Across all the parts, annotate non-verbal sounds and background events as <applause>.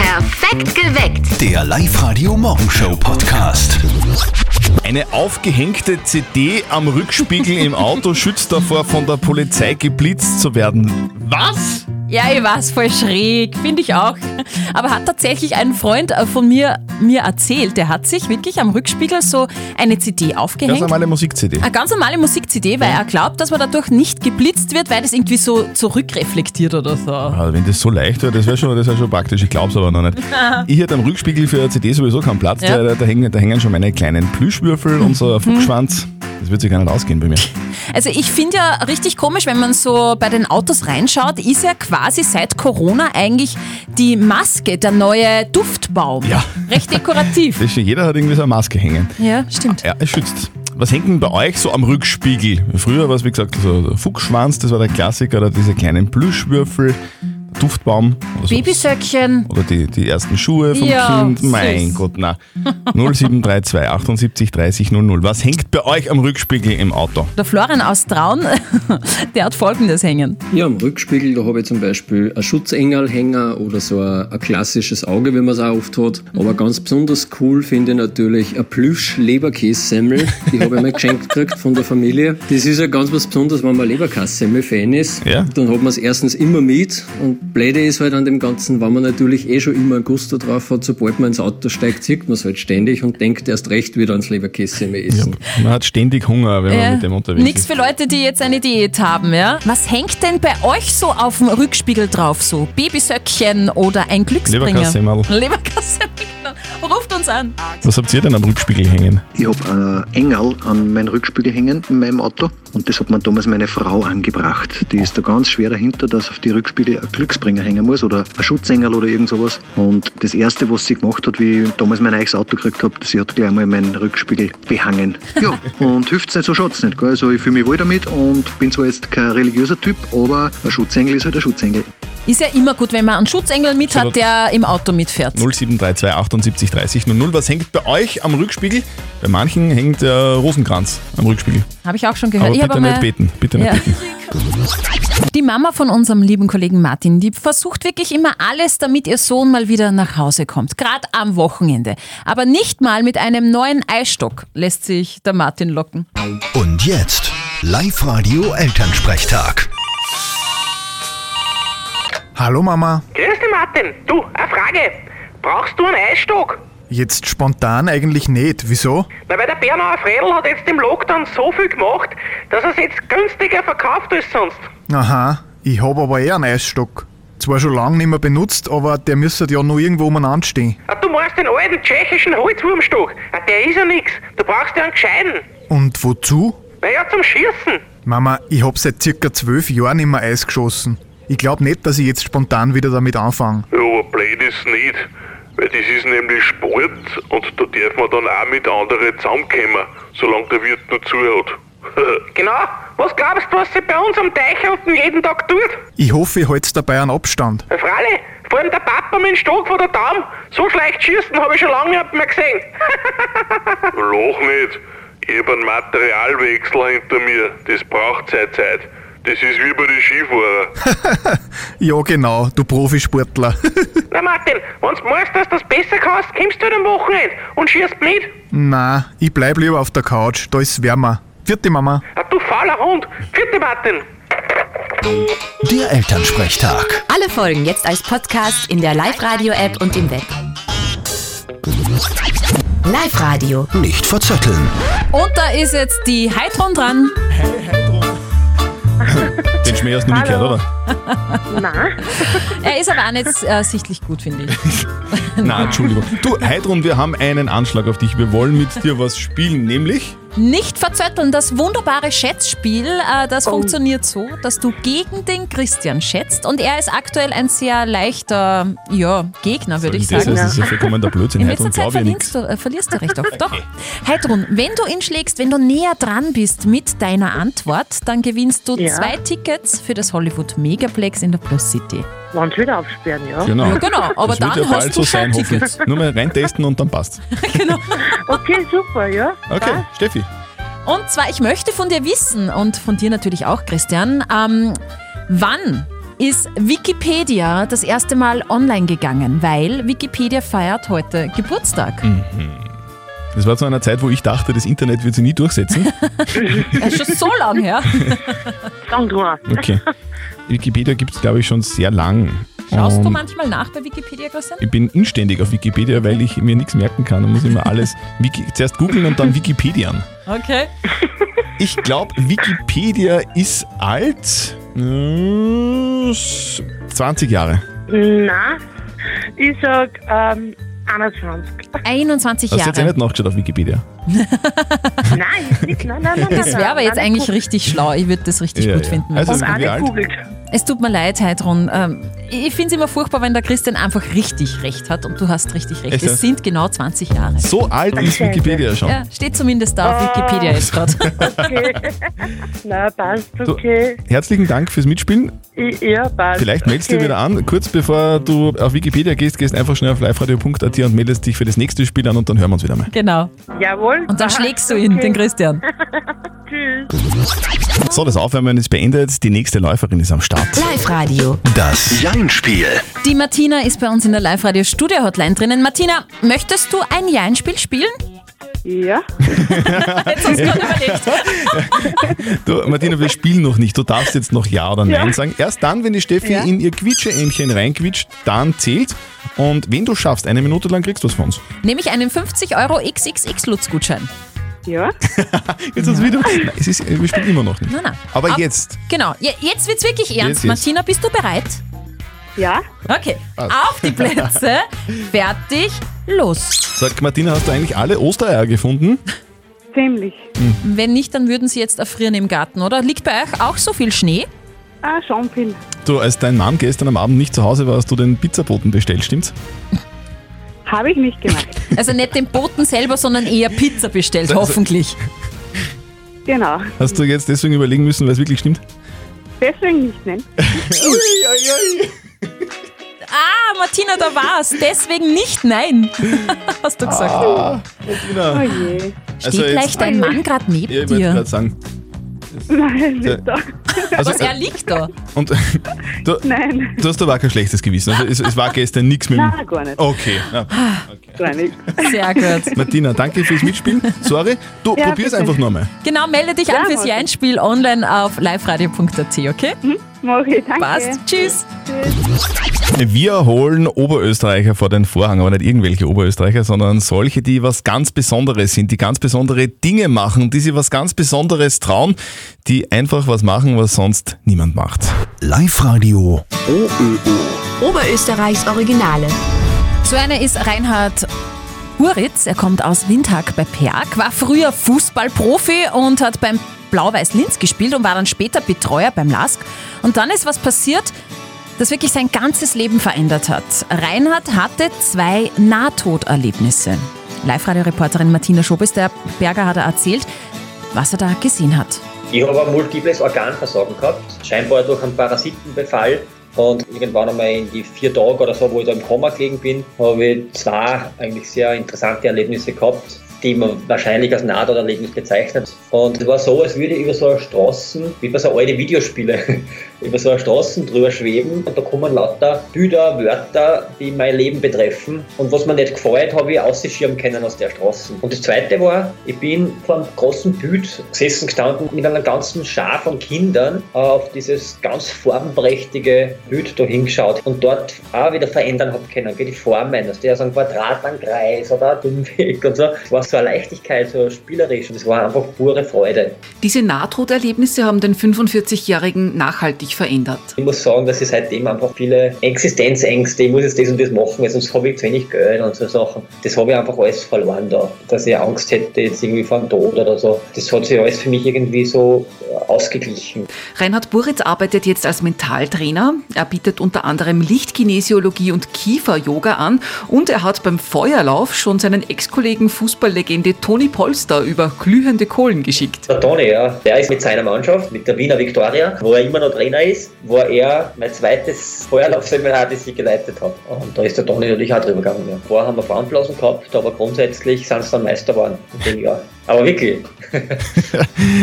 Perfekt geweckt. Der Live-Radio Morgenshow Podcast. Eine aufgehängte CD am Rückspiegel im Auto schützt davor, von der Polizei geblitzt zu werden. Was? Ja, ich weiß, voll schräg, finde ich auch. Aber hat tatsächlich ein Freund äh, von mir mir erzählt, der hat sich wirklich am Rückspiegel so eine CD Ganz aufgehängt. normale Musik-CD. eine ganz normale Musik-CD, weil er glaubt, dass man dadurch nicht geblitzt wird, weil das irgendwie so zurückreflektiert oder so. Ah, wenn das so leicht wäre, das wäre schon, das wär schon praktisch. Ich glaube es aber noch nicht. Ich hätte am Rückspiegel für eine CD sowieso keinen Platz. Ja. Da, da, hängen, da hängen schon meine kleinen Plüschwürfel und so ein Fuchsschwanz. Das wird sich gar nicht ausgehen bei mir. Also ich finde ja richtig komisch, wenn man so bei den Autos reinschaut, ist ja quasi seit Corona eigentlich die Maske der neue Duftbaum. Ja. Recht dekorativ. <laughs> Das ist, jeder hat irgendwie so eine Maske hängen. ja, stimmt. Ja, es schützt. Was hängt denn bei euch so am Rückspiegel? Früher war es, wie gesagt, so der Fuchsschwanz, das war der Klassiker, oder diese kleinen Plüschwürfel, der Duftbaum. Oder so. Babysöckchen. Oder die, die ersten Schuhe vom Ja, Kind. Mein süß. Gott, na. 0732 78 30 00. Was hängt bei euch am Rückspiegel im Auto? Der Florian aus Traun, <laughs> der hat folgendes hängen. Ja, am Rückspiegel, da habe ich zum Beispiel einen Schutzengelhänger oder so ein, ein klassisches Auge, wie man es auch oft hat. Aber ganz besonders cool finde ich natürlich ein Plüsch-Leberkässemmel. Die habe ich mal geschenkt gekriegt von der Familie. Das ist ja ganz was Besonderes, wenn man Leberkässemmel-Fan ist. Ja. Dann hat man es erstens immer mit und blöde ist halt an dem Ganzen, wenn man natürlich eh schon immer einen Gusto drauf hat, sobald man ins Auto steigt, sieht man es halt ständig und denkt erst recht wieder ans Leberkässemmel essen. Man hat ständig Hunger, wenn man mit dem unterwegs Nichts ist. für Leute, die jetzt eine Diät haben, ja? Was hängt denn bei euch so auf dem Rückspiegel drauf? So Babysöckchen oder ein Glücksbringer? Leberkassemmerl. Leberkassemmerl, <laughs> genau. Ruft uns an. Was habt ihr denn am Rückspiegel hängen? Ich habe einen Engel an meinen Rückspiegel hängen in meinem Auto und das hat mir damals meine Frau angebracht. Die ist da ganz schwer dahinter, dass auf die Rückspiegel ein Glücksbringer hängen muss oder ein Schutzengel oder irgend sowas. Und das Erste, was sie gemacht hat, wie ich damals mein eigenes Auto gekriegt habe, sie hat gleich mal meinen Rückspiegel behangen. Ja, und hilft's nicht, so schaut's nicht. Gell? Also ich fühle mich wohl damit und bin zwar jetzt kein religiöser Typ, aber ein Schutzengel ist halt ein Schutzengel. Ist ja immer gut, wenn man einen Schutzengel mit hat, der im Auto mitfährt. 0732 78 30 00. Was hängt bei euch am Rückspiegel? Bei manchen hängt äh, Rosenkranz am Rückspiegel. Habe ich auch schon gehört. Aber ich hab bitte einmal- nicht beten. Bitte <laughs> nicht Ja. beten. Die Mama von unserem lieben Kollegen Martin, die versucht wirklich immer alles, damit ihr Sohn mal wieder nach Hause kommt. Gerade am Wochenende. Aber nicht mal mit einem neuen Eistock lässt sich der Martin locken. Und jetzt Live-Radio Elternsprechtag. Hallo Mama, Grüß dich, Martin. Du, eine Frage. Brauchst du einen Eisstock? jetzt spontan eigentlich nicht. Wieso? Na, weil der Bernauer Fredel hat jetzt im Lockdown so viel gemacht, dass er es jetzt günstiger verkauft als sonst. Aha, ich hab aber eh einen Eisstock. Zwar schon lange nicht mehr benutzt, aber der müsste ja noch irgendwo umeinander stehen. Ah, Du meinst den alten tschechischen Holzwurmstock. Ah, Der ist ja nix. Du brauchst ja einen gescheiten. Und wozu? Naja, zum Schießen. Mama, ich hab seit circa zwölf Jahren nicht mehr Eis geschossen. Ich glaub nicht, dass ich jetzt spontan wieder damit anfange. Ja, aber blöd ist nicht, weil das ist nämlich Sport und da darf man dann auch mit anderen zusammenkommen, solange der Wirt nur <laughs> zuhört. Genau. Was glaubst du, was sie bei uns am Teich unten jeden Tag tut? Ich hoffe, ich halte dabei einen Abstand. Na, Freilich, vor allem der Papa mit dem Stock vor der Daumen. So schlecht schießen habe ich schon lange nicht mehr gesehen. <laughs> Lach nicht, ich hab einen Materialwechsel hinter mir, das braucht seine Zeit. Das ist wie bei den Skifahrern. Ja genau, du <laughs> Profisportler. Na Martin, wenn du meinst, dass du das besser kannst, kommst du halt am Wochenende und schießt mit. Ah, Na, ich bleib lieber auf der Couch, da ist wärmer. Vierte Mama. Ah, Du fauler Hund. Vierte Martin. Der Elternsprechtag. Alle Folgen jetzt als Podcast in der Live-Radio-App und im Web. Live-Radio. Nicht verzetteln. Und da ist jetzt die Heidron dran. <laughs> Den Schmäh hast du noch nicht gehört, oder? Er ist aber auch nicht äh, sichtlich gut, finde ich. <laughs> Nein, Entschuldigung. Du, Heidrun, wir haben einen Anschlag auf dich. Wir wollen mit dir was spielen, nämlich. Nicht verzötteln, das wunderbare Schätzspiel, äh, das funktioniert so, dass du gegen den Christian schätzt und er ist aktuell ein sehr leichter ja, Gegner, würde ich das sagen. heißt, das ist ja vollkommen der Blödsinn. In Heidrun, letzter Zeit glaube ich nichts. verdienst du, äh, verlierst du recht oft. Doch. Heidrun, wenn du ihn schlägst, wenn du näher dran bist mit deiner Antwort, dann gewinnst du zwei Tickets für das Hollywood Megaplex in der Plus City. Wann wieder aufsperren, ja? Genau. Ja, genau, aber das dann wird ja hast bald du so schon sein, ein Ticket. hoffentlich. Nur mal reintesten und dann passt. Okay, super, ja. Okay, Steffi. Und zwar, ich möchte von dir wissen und von dir natürlich auch, Christian, ähm, wann ist Wikipedia das erste Mal online gegangen, weil Wikipedia feiert heute Geburtstag. Mhm. Das war zu einer Zeit, wo ich dachte, das Internet wird sie nie durchsetzen. Das ist schon so lang <laughs> her. Sandra. <laughs> Okay. Wikipedia gibt es, glaube ich, schon sehr lang. Schaust du Und manchmal nach bei Wikipedia, Christian? Ich bin inständig auf Wikipedia, weil ich mir nichts merken kann. Da muss ich immer alles Wiki zuerst googeln und dann Wikipedian. Okay. Ich glaube, Wikipedia ist alt. äh, 20 Jahre. Nein, ich sag ähm, 21. 21 Hast du jetzt eh Jahre. nicht nachgeschaut auf Wikipedia? Nein, ist nicht. Nein, nein, nein, nein. <laughs> Das wäre aber jetzt eigentlich richtig schlau. Ich würde das richtig gut finden. Also, Und sind auch wir nicht alt. googelt. Es tut mir leid, Heidrun. Ähm, Ich finde es immer furchtbar, wenn der Christian einfach richtig recht hat und du hast richtig recht. Echt, ja? Es sind genau 20 Jahre. So alt ist Wikipedia schon. Ja, steht zumindest da auf Wikipedia jetzt gerade. <laughs> Okay. Na, passt, Du, okay. Herzlichen Dank fürs Mitspielen. Ich, ja, passt. Vielleicht meldest du okay. dich wieder an. Kurz bevor du auf Wikipedia gehst, gehst einfach schnell auf liveradio.at und meldest dich für das nächste Spiel an und dann hören wir uns wieder mal. Genau. Jawohl. Ah, Und dann schlägst du ihn, den Christian. Tschüss. So, das Aufwärmen ist beendet. Die nächste Läuferin ist am Start. Live-Radio. Das Jein-Spiel. Die Martina ist bei uns in der Live-Radio-Studio-Hotline drinnen. Martina, möchtest du ein Jein-Spiel spielen? Ja, Jetzt hast du gerade überlegt. Du, Martina, wir spielen noch nicht. Du darfst jetzt noch Ja oder Nein sagen. Erst dann, wenn die Steffi Ja. in ihr Quietscheähnchen reinquietscht, dann zählt. Und wenn du schaffst, eine Minute lang kriegst du was von uns. Nehme ich einen 50 Euro XXX-Lutz-Gutschein. ja. Jetzt ist wieder. Nein, es ist, wir spielen immer noch nicht. Nein, nein. Aber Ab- jetzt. Genau, je- jetzt wird's wirklich ernst. jetzt. Martina, bist du bereit? Ja, Okay, Also. auf <laughs> die Plätze, fertig, los. Sag, Martina, hast du eigentlich alle Ostereier gefunden? ziemlich. Wenn nicht, dann würden sie jetzt erfrieren im Garten, oder? Liegt bei euch auch so viel Schnee? Ah, schon viel. Du, als dein Mann gestern am Abend nicht zu Hause war, hast du den Pizzaboten bestellt, stimmt's? Habe ich nicht gemacht. <laughs> Also nicht den Boten selber, sondern eher Pizza bestellt, Also- hoffentlich. Genau. Hast du jetzt deswegen überlegen müssen, weil es wirklich stimmt? Deswegen nicht, ne? nein. Ah, Martina, da war's. Deswegen nicht nein, <laughs> hast du gesagt. Oh <laughs> je. Also Steht gleich jetzt, dein Mann gerade neben ja, ich wollte dir? gerade sagen. Nein, nicht Ja. da. Also, <laughs> Was, er liegt da? und <laughs> du, Nein, du hast aber auch kein schlechtes Gewissen. Also es, es war gestern nichts mit dem. nein, gar nicht. Okay. Ja. Gar nicht. Sehr gut. Martina, danke fürs Mitspielen. Sorry. Du, Ja, probier's bitte. einfach nochmal. Genau, melde dich an Ja, fürs mach ich. Jeinspiel online auf liveradio.at, okay? Mach ich, danke. Passt, tschüss. Wir holen Oberösterreicher vor den Vorhang, aber nicht irgendwelche Oberösterreicher, sondern solche, die was ganz Besonderes sind, die ganz besondere Dinge machen, die sich was ganz Besonderes trauen, die einfach was machen, was sonst niemand macht. Live-Radio Oberösterreichs Originale. So einer ist Reinhard Huritz. Er kommt aus Windhag bei Perg, war früher Fußballprofi und hat beim Blau-Weiß Linz gespielt und war dann später Betreuer beim LASK. Und dann ist was passiert, das wirklich sein ganzes Leben verändert hat. Reinhard hatte zwei Nahtoderlebnisse. Live-Radio-Reporterin Martina Schobesberger hat er erzählt, was er da gesehen hat. Ich habe ein multiples Organversagen gehabt, scheinbar durch einen Parasitenbefall. Und irgendwann einmal in die vier Tage oder so, wo ich da im Koma gelegen bin, habe ich zwei eigentlich sehr interessante Erlebnisse gehabt, die man wahrscheinlich als Nahtoderlebnis bezeichnet. Und es war so, als würde ich über so eine Straßen, wie bei so alten Videospielen, <laughs> über so eine Straßen drüber schweben. Und da kommen lauter Bilder, Wörter, die mein Leben betreffen. Und was mir nicht gefällt, habe ich ausgeschirmt können aus der Straße. Und das zweite war, ich bin vor einem großen Bild gesessen gestanden mit einer ganzen Schar von Kindern äh, auf dieses ganz farbenprächtige Bild da hingeschaut und dort auch wieder verändern habe können, wie die Formen, dass der so ein Quadrat, ein Kreis oder ein Dummweg und so. Es war so eine Leichtigkeit, halt so spielerisch und es war einfach pure Freude. Diese Nahtoderlebnisse haben den 45-Jährigen nachhaltig verändert. Ich muss sagen, dass ich seitdem einfach viele Existenzängste, ich muss jetzt das und das machen, weil sonst habe ich zu wenig Geld und so Sachen. Das habe ich einfach alles verloren da. Dass ich Angst hätte jetzt irgendwie vor dem Tod oder so. Das hat sich alles für mich irgendwie so äh, ausgeglichen. Reinhard Buritz arbeitet jetzt als Mentaltrainer. Er bietet unter anderem Lichtkinesiologie und Kiefer-Yoga an und er hat beim Feuerlauf schon seinen Ex-Kollegen Fußballlegende Toni Polster über glühende Kohlen geschickt. Der Toni, ja, der ist mit seiner Mannschaft, mit der Wiener Viktoria, wo er immer noch Trainer ist, war er mein zweites Feuerlaufseminar, das ich geleitet habe. Und da ist der Toni natürlich auch drüber gegangen. Ja. Vorher haben wir Frauenblasen gehabt, aber grundsätzlich sind sie dann Meister geworden in dem Jahr. Aber wirklich.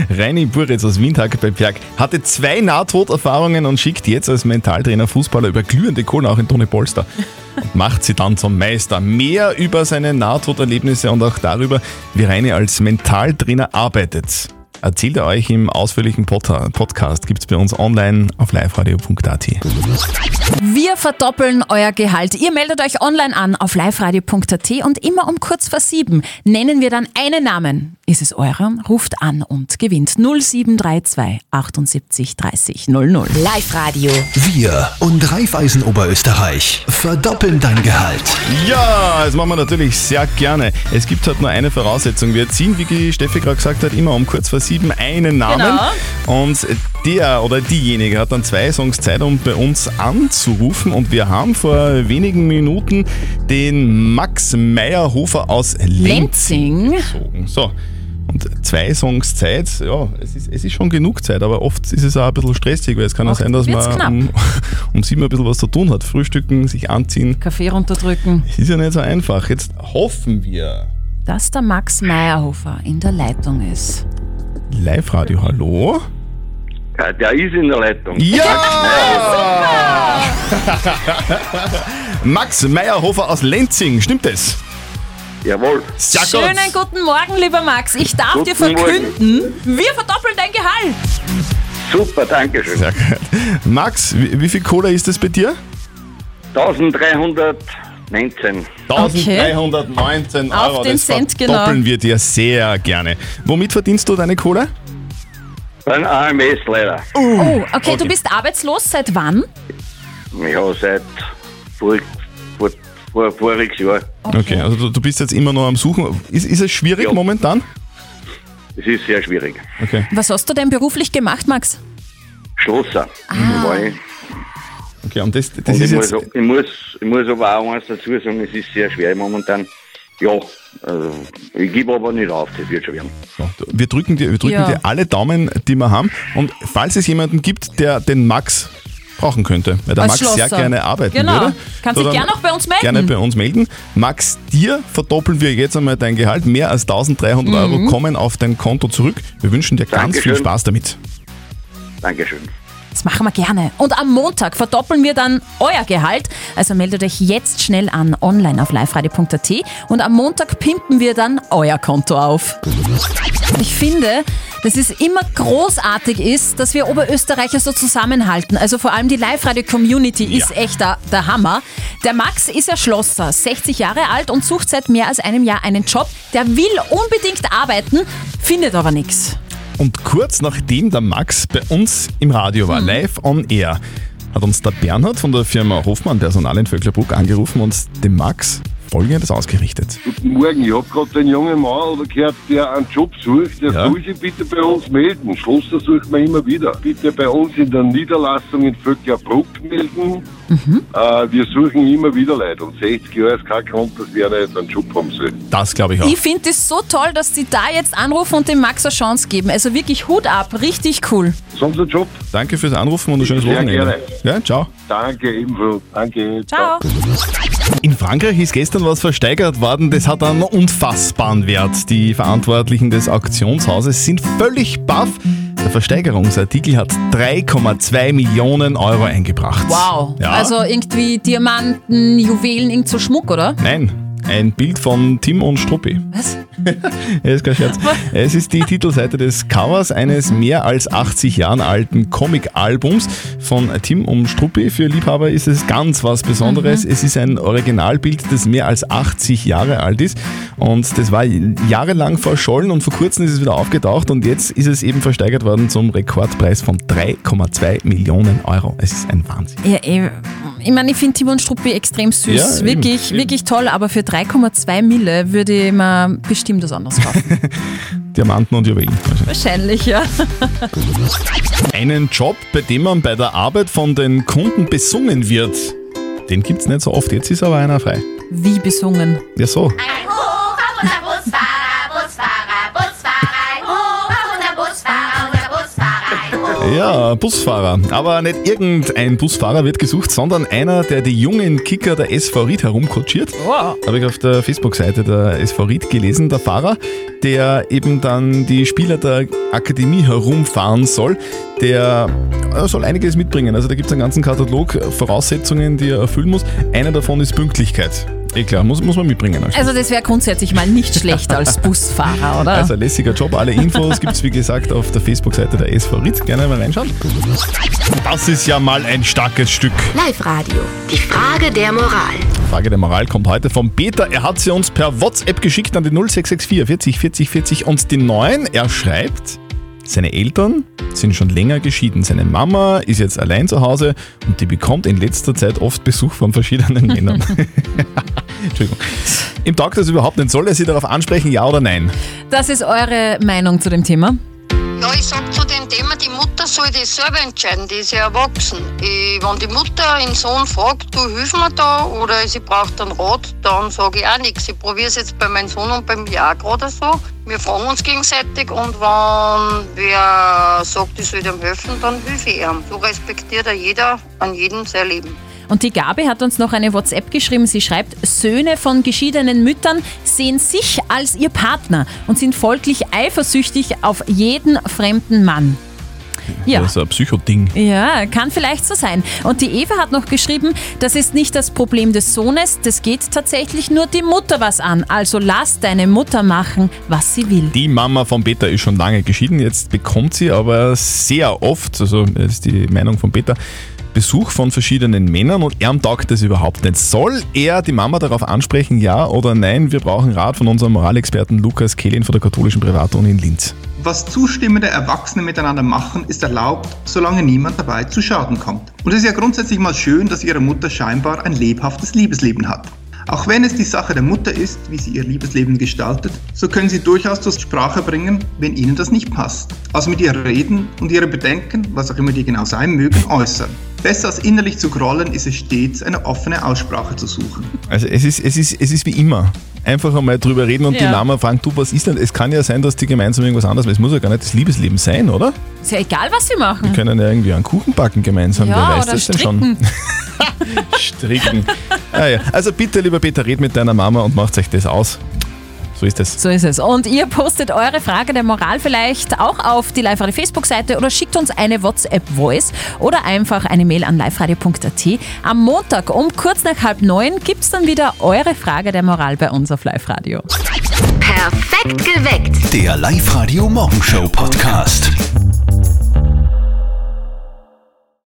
Reini Buritz aus Windhack bei Berg hatte zwei Nahtoderfahrungen und schickt jetzt als Mentaltrainer Fußballer über glühende Kohlen auch in Toni Polster. Und macht sie dann zum Meister. Mehr über seine Nahtoderlebnisse und auch darüber, wie Reini als Mentaltrainer arbeitet, erzählt er euch im ausführlichen Pod Podcast. Gibt's bei uns online auf liveradio.at. Wir verdoppeln euer Gehalt. Halt. Ihr meldet euch online an auf liveradio.at und immer um kurz vor sieben nennen wir dann einen Namen. Ist es eurer? Ruft an und gewinnt 0732 78 30 00. Live Radio. Wir und Raiffeisen Oberösterreich verdoppeln dein Gehalt. Ja, das machen wir natürlich sehr gerne. Es gibt halt nur eine Voraussetzung. Wir ziehen, wie die Steffi gerade gesagt hat, immer um kurz vor sieben einen Namen. Genau. Und der oder diejenige hat dann zwei Songs Zeit, um bei uns anzurufen. Und wir haben vor wenigen Minuten den Max Meyerhofer aus Lenzing. gezogen. So. Und zwei Songs Zeit, ja, es ist, es ist schon genug Zeit, aber oft ist es auch ein bisschen stressig, weil es kann ja Oft sein, dass wird's man um, <laughs> um sieben ein bisschen was zu tun hat. Frühstücken, sich anziehen. Kaffee runterdrücken. Es ist ja nicht so einfach. Jetzt hoffen wir. Dass der Max Meyerhofer in der Leitung ist. Live-Radio, hallo? Ja, der ist in der Leitung. Ja! <laughs> Max Meyerhofer aus Lenzing, stimmt das? Jawohl. Sehr gut. Schönen guten Morgen, lieber Max. Ich darf Guten dir verkünden, wir verdoppeln dein Gehalt. Super, danke schön. Sehr gut. Max, wie, wie viel Cola ist das bei dir? 1319. 1319 Auf Euro. den das Cent genau. verdoppeln wir dir sehr gerne. Womit verdienst du deine Kohle? Ein AMS leider. Oh, okay, du bist arbeitslos seit wann? Ja, seit vor, vor, vor, voriges Jahr. Okay, also du, du bist jetzt immer noch am Suchen. Ist, ist es schwierig momentan? Es ist sehr schwierig. Okay. Was hast du denn beruflich gemacht, Max? Schlosser. War ich. Okay, und Ah. das, Und das ich, ist jetzt. muss, ich, muss, ich muss aber auch eins dazu sagen, es ist sehr schwer momentan. Ja, also, ich gebe aber nicht auf, das wird schon werden. Wir drücken, dir, wir drücken Ja. dir alle Daumen, die wir haben. Und falls es jemanden gibt, der den Max brauchen könnte, weil der Als Max sehr Schlosser. gerne arbeiten Genau. würde. Kann sich dann gerne auch bei uns melden. Gerne bei uns melden. Max, dir verdoppeln wir jetzt einmal dein Gehalt. Mehr als Mhm. 1300 Euro kommen auf dein Konto zurück. Wir wünschen dir ganz viel Dankeschön. Spaß damit. Dankeschön. Das machen wir gerne. Und am Montag verdoppeln wir dann euer Gehalt. Also meldet euch jetzt schnell an online auf liveradio.at und am Montag pimpen wir dann euer Konto auf. Ich finde, dass es immer großartig ist, dass wir Oberösterreicher so zusammenhalten. Also vor allem die Live-Radio-Community ist echt der, der Hammer. Der Max ist ja Schlosser, 60 Jahre alt und sucht seit mehr als einem Jahr einen Job. Der will unbedingt arbeiten, findet aber nichts. Und kurz nachdem der Max bei uns im Radio war, live on air, hat uns der Bernhard von der Firma Hofmann Personal in Vöcklerbruck angerufen und dem Max Folgendes ausgerichtet. Guten Morgen, ich habe gerade den jungen Mann gehört, der einen Job sucht. Der Ja. soll sich bitte bei uns melden. Schlosser suchen wir immer wieder. Bitte bei uns in der Niederlassung in Vöcklerbruck melden. Äh, wir suchen immer wieder Leute. Und 60 Jahre ist kein Grund, dass wir nicht einen Job haben sollen. Das glaube ich auch. Ich finde es so toll, dass sie da jetzt anrufen und dem Max eine Chance geben. Also wirklich Hut ab, richtig cool. Sonst ein Job. Danke fürs Anrufen und ein schönes Sehr Wochenende. Ja, ciao. Danke ebenso. Danke. Ciao. In Frankreich ist gestern was versteigert worden, das hat einen unfassbaren Wert. Die Verantwortlichen des Auktionshauses sind völlig baff. Der Versteigerungsartikel hat 3,2 Millionen Euro eingebracht. Wow. Ja. Also irgendwie Diamanten, Juwelen, irgend so Schmuck, oder? Nein, ein Bild von Tim und Struppi. Was? <laughs> Ja, ist kein Scherz. Es ist die Titelseite des Covers eines mehr als 80 Jahren alten Comic-Albums von Tim um Struppi. Für Liebhaber ist es ganz was Besonderes. Es ist ein Originalbild, das mehr als 80 Jahre alt ist. Und das war jahrelang verschollen und vor kurzem ist es wieder aufgetaucht und jetzt ist es eben versteigert worden zum Rekordpreis von 3,2 Millionen Euro. Es ist ein Wahnsinn. Ja, eh. Ich meine, ich finde Timon Struppi extrem süß. Ja, eben, wirklich, eben. wirklich toll, aber für 3,2 Mille würde ich mir bestimmt was anderes kaufen. Diamanten und Juwelen. <laughs> Wahrscheinlich, ja. Einen Job, bei dem man bei der Arbeit von den Kunden besungen wird, den gibt's nicht so oft. Jetzt ist aber einer frei. Wie besungen. Ja, so. Busfahrer, Busfahrer, Busfahrer, ein Hoch auf unser Busfahrer, unser Busfahrer, ein Hoch Ja, Busfahrer. Aber nicht irgendein Busfahrer wird gesucht, sondern einer, der die jungen Kicker der SV Ried herumkutschiert. Habe ich auf der Facebook-Seite der SV Ried gelesen. Der Fahrer, der eben dann die Spieler der Akademie herumfahren soll, der äh, soll einiges mitbringen. Also da gibt es einen ganzen Katalog äh, Voraussetzungen, die er erfüllen muss. Einer davon ist Pünktlichkeit. Eh klar, muss, muss man mitbringen. Also das wäre grundsätzlich mal nicht schlecht als Busfahrer, oder? Also ein lässiger Job. Alle Infos gibt es, wie gesagt, auf der Facebook-Seite der SV Ried. Gerne mal reinschauen. Das ist ja mal ein starkes Stück. Live Radio. Die Frage der Moral. Frage der Moral kommt heute vom Peter. Er hat sie uns per WhatsApp geschickt an die 0664 40 40 40 und die 9. Er schreibt, seine Eltern sind schon länger geschieden. Seine Mama ist jetzt allein zu Hause und die bekommt in letzter Zeit oft Besuch von verschiedenen Männern. <laughs> Entschuldigung. Ihm taugt das überhaupt nicht. Soll er sie darauf ansprechen, ja oder nein? Das ist eure Meinung zu dem Thema. Ja, ich sag zu dem Thema, die Mutter soll das selber entscheiden, die ist ja erwachsen. Ich, wenn die Mutter einen Sohn fragt, du hilf mir da oder sie braucht einen Rat, dann sage ich auch nichts. Ich probiere es jetzt bei meinem Sohn und bei mir auch gerade so. Wir fragen uns gegenseitig und wenn wer Äh, sagt, ich soll dem helfen, dann helfe ich ihm. So respektiert er jeder an jedem sein Leben. Und die Gabi hat uns noch eine WhatsApp geschrieben. Sie schreibt, Söhne von geschiedenen Müttern sehen sich als ihr Partner und sind folglich eifersüchtig auf jeden fremden Mann. Ja. Das ist ein Psychoding. Ja, kann vielleicht so sein. Und die Eva hat noch geschrieben, das ist nicht das Problem des Sohnes, das geht tatsächlich nur die Mutter was an. Also lass deine Mutter machen, was sie will. Die Mama von Peter ist schon lange geschieden. Jetzt bekommt sie aber sehr oft, also das ist die Meinung von Peter, Besuch von verschiedenen Männern und er taugt das überhaupt nicht. Soll er die Mama darauf ansprechen, ja oder nein? Wir brauchen Rat von unserem Moralexperten Lukas Kehlin von der katholischen Privatuni in Linz. Was zustimmende Erwachsene miteinander machen, ist erlaubt, solange niemand dabei zu Schaden kommt. Und es ist ja grundsätzlich mal schön, dass ihre Mutter scheinbar ein lebhaftes Liebesleben hat. Auch wenn es die Sache der Mutter ist, wie sie ihr Liebesleben gestaltet, so können sie durchaus zur Sprache bringen, wenn ihnen das nicht passt. Also mit ihr reden und ihre Bedenken, was auch immer die genau sein mögen, äußern. Besser als innerlich zu grollen, ist es stets eine offene Aussprache zu suchen. Also es ist, es ist, es ist wie immer. Einfach einmal drüber reden und Ja. die Mama fragen, du, was ist denn? Es kann ja sein, dass die gemeinsam irgendwas anderes machen. Es muss ja gar nicht das Liebesleben sein, oder? Ist ja egal, was sie machen. Wir können ja irgendwie einen Kuchen backen gemeinsam. Wer Mhm. ja, weiß oder das denn schon? stricken. <laughs> Stricken. ah, ja. Also bitte, lieber Peter, red mit deiner Mama und macht euch das aus. So ist es. So ist es. Und ihr postet eure Frage der Moral vielleicht auch auf die live Facebook-Seite oder schickt uns eine WhatsApp-Voice oder einfach eine Mail an liveradio.at. Am Montag um kurz nach halb neun gibt es dann wieder eure Frage der Moral bei uns auf Live-Radio. Perfekt geweckt. Der Live-Radio Morgenshow Podcast.